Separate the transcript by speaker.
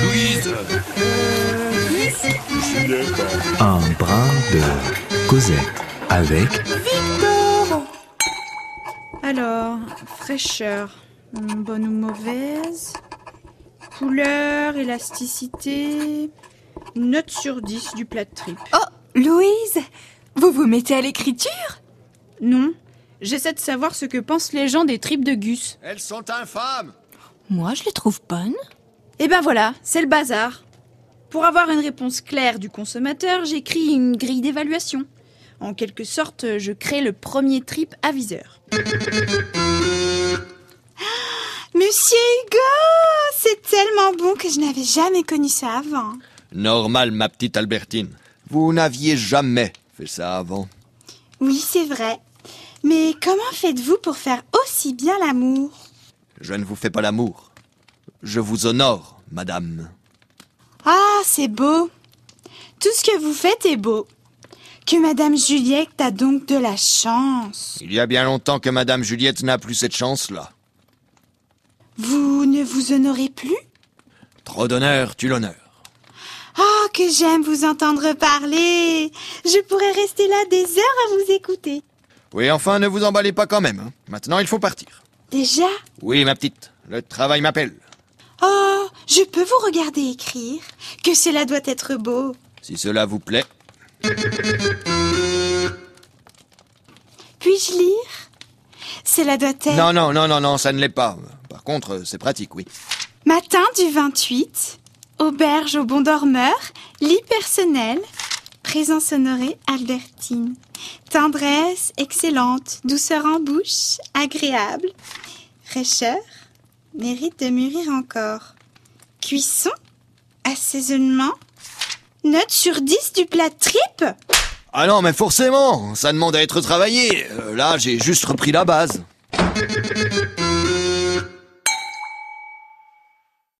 Speaker 1: Louise
Speaker 2: Un brin de Cosette avec
Speaker 3: Alors, fraîcheur, hum, bonne ou mauvaise Couleur, élasticité Note sur 10 du plat de trip.
Speaker 4: Louise, vous vous mettez à l'écriture
Speaker 3: Non, j'essaie de savoir ce que pensent les gens des tripes de Gus.
Speaker 1: Elles sont infâmes
Speaker 4: Moi, je les trouve bonnes.
Speaker 3: Et ben voilà, c'est le bazar. Pour avoir une réponse claire du consommateur, j'écris une grille d'évaluation. En quelque sorte, je crée le premier trip aviseur.
Speaker 5: Monsieur Hugo, c'est tellement bon que je n'avais jamais connu ça avant.
Speaker 6: Normal, ma petite Albertine. Vous n'aviez jamais fait ça avant.
Speaker 5: Oui, c'est vrai. Mais comment faites-vous pour faire aussi bien l'amour
Speaker 6: Je ne vous fais pas l'amour. Je vous honore, madame.
Speaker 5: Ah, c'est beau. Tout ce que vous faites est beau. Que Madame Juliette a donc de la chance.
Speaker 6: Il y a bien longtemps que madame Juliette n'a plus cette chance-là.
Speaker 5: Vous ne vous honorez plus
Speaker 6: Trop d'honneur, tu l'honneur.
Speaker 5: Oh, que j'aime vous entendre parler. Je pourrais rester là des heures à vous écouter.
Speaker 6: Oui, enfin, ne vous emballez pas quand même. hein. Maintenant, il faut partir.
Speaker 5: Déjà
Speaker 6: Oui, ma petite, le travail m'appelle.
Speaker 5: Oh, je peux vous regarder écrire. Que cela doit être beau.
Speaker 6: Si cela vous plaît,
Speaker 5: Puis-je lire Cela doit être...
Speaker 6: Non, non, non, non, non, ça ne l'est pas. Par contre, euh, c'est pratique, oui.
Speaker 5: Matin du 28, auberge au bon dormeur, lit personnel, présence honorée Albertine. Tendresse excellente, douceur en bouche, agréable, fraîcheur, mérite de mûrir encore. Cuisson, assaisonnement, note sur 10 du plat tripe.
Speaker 6: Ah non, mais forcément, ça demande à être travaillé. Euh, là, j'ai juste repris la base.